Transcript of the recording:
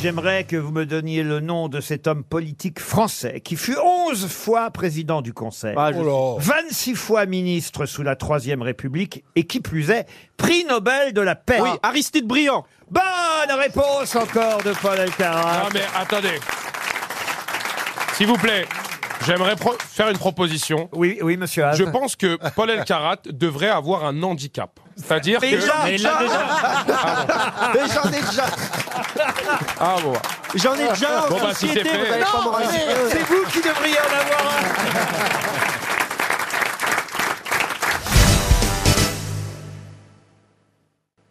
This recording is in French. J'aimerais que vous me donniez le nom de cet homme politique français qui fut 11 fois président du Conseil, Ah, je- Oh 26 fois ministre sous la Troisième République et qui plus est, prix Nobel de la paix. Ah, Oui, Aristide Briand. Bonne réponse encore de Paul Alcarat. Non Ah, mais attendez. S'il vous plaît, j'aimerais pro- faire une proposition. Oui, oui, monsieur Haas. Je pense que Paul Elkarat devrait avoir un handicap. C'est-à-dire que... Déjà, Mais il l'a déjà. mais j'en ai déjà, Ah bon. j'en ai déjà en Bon, bah, si société, c'est fait. vous allez pas me rassurer. C'est vous qui devriez en avoir un.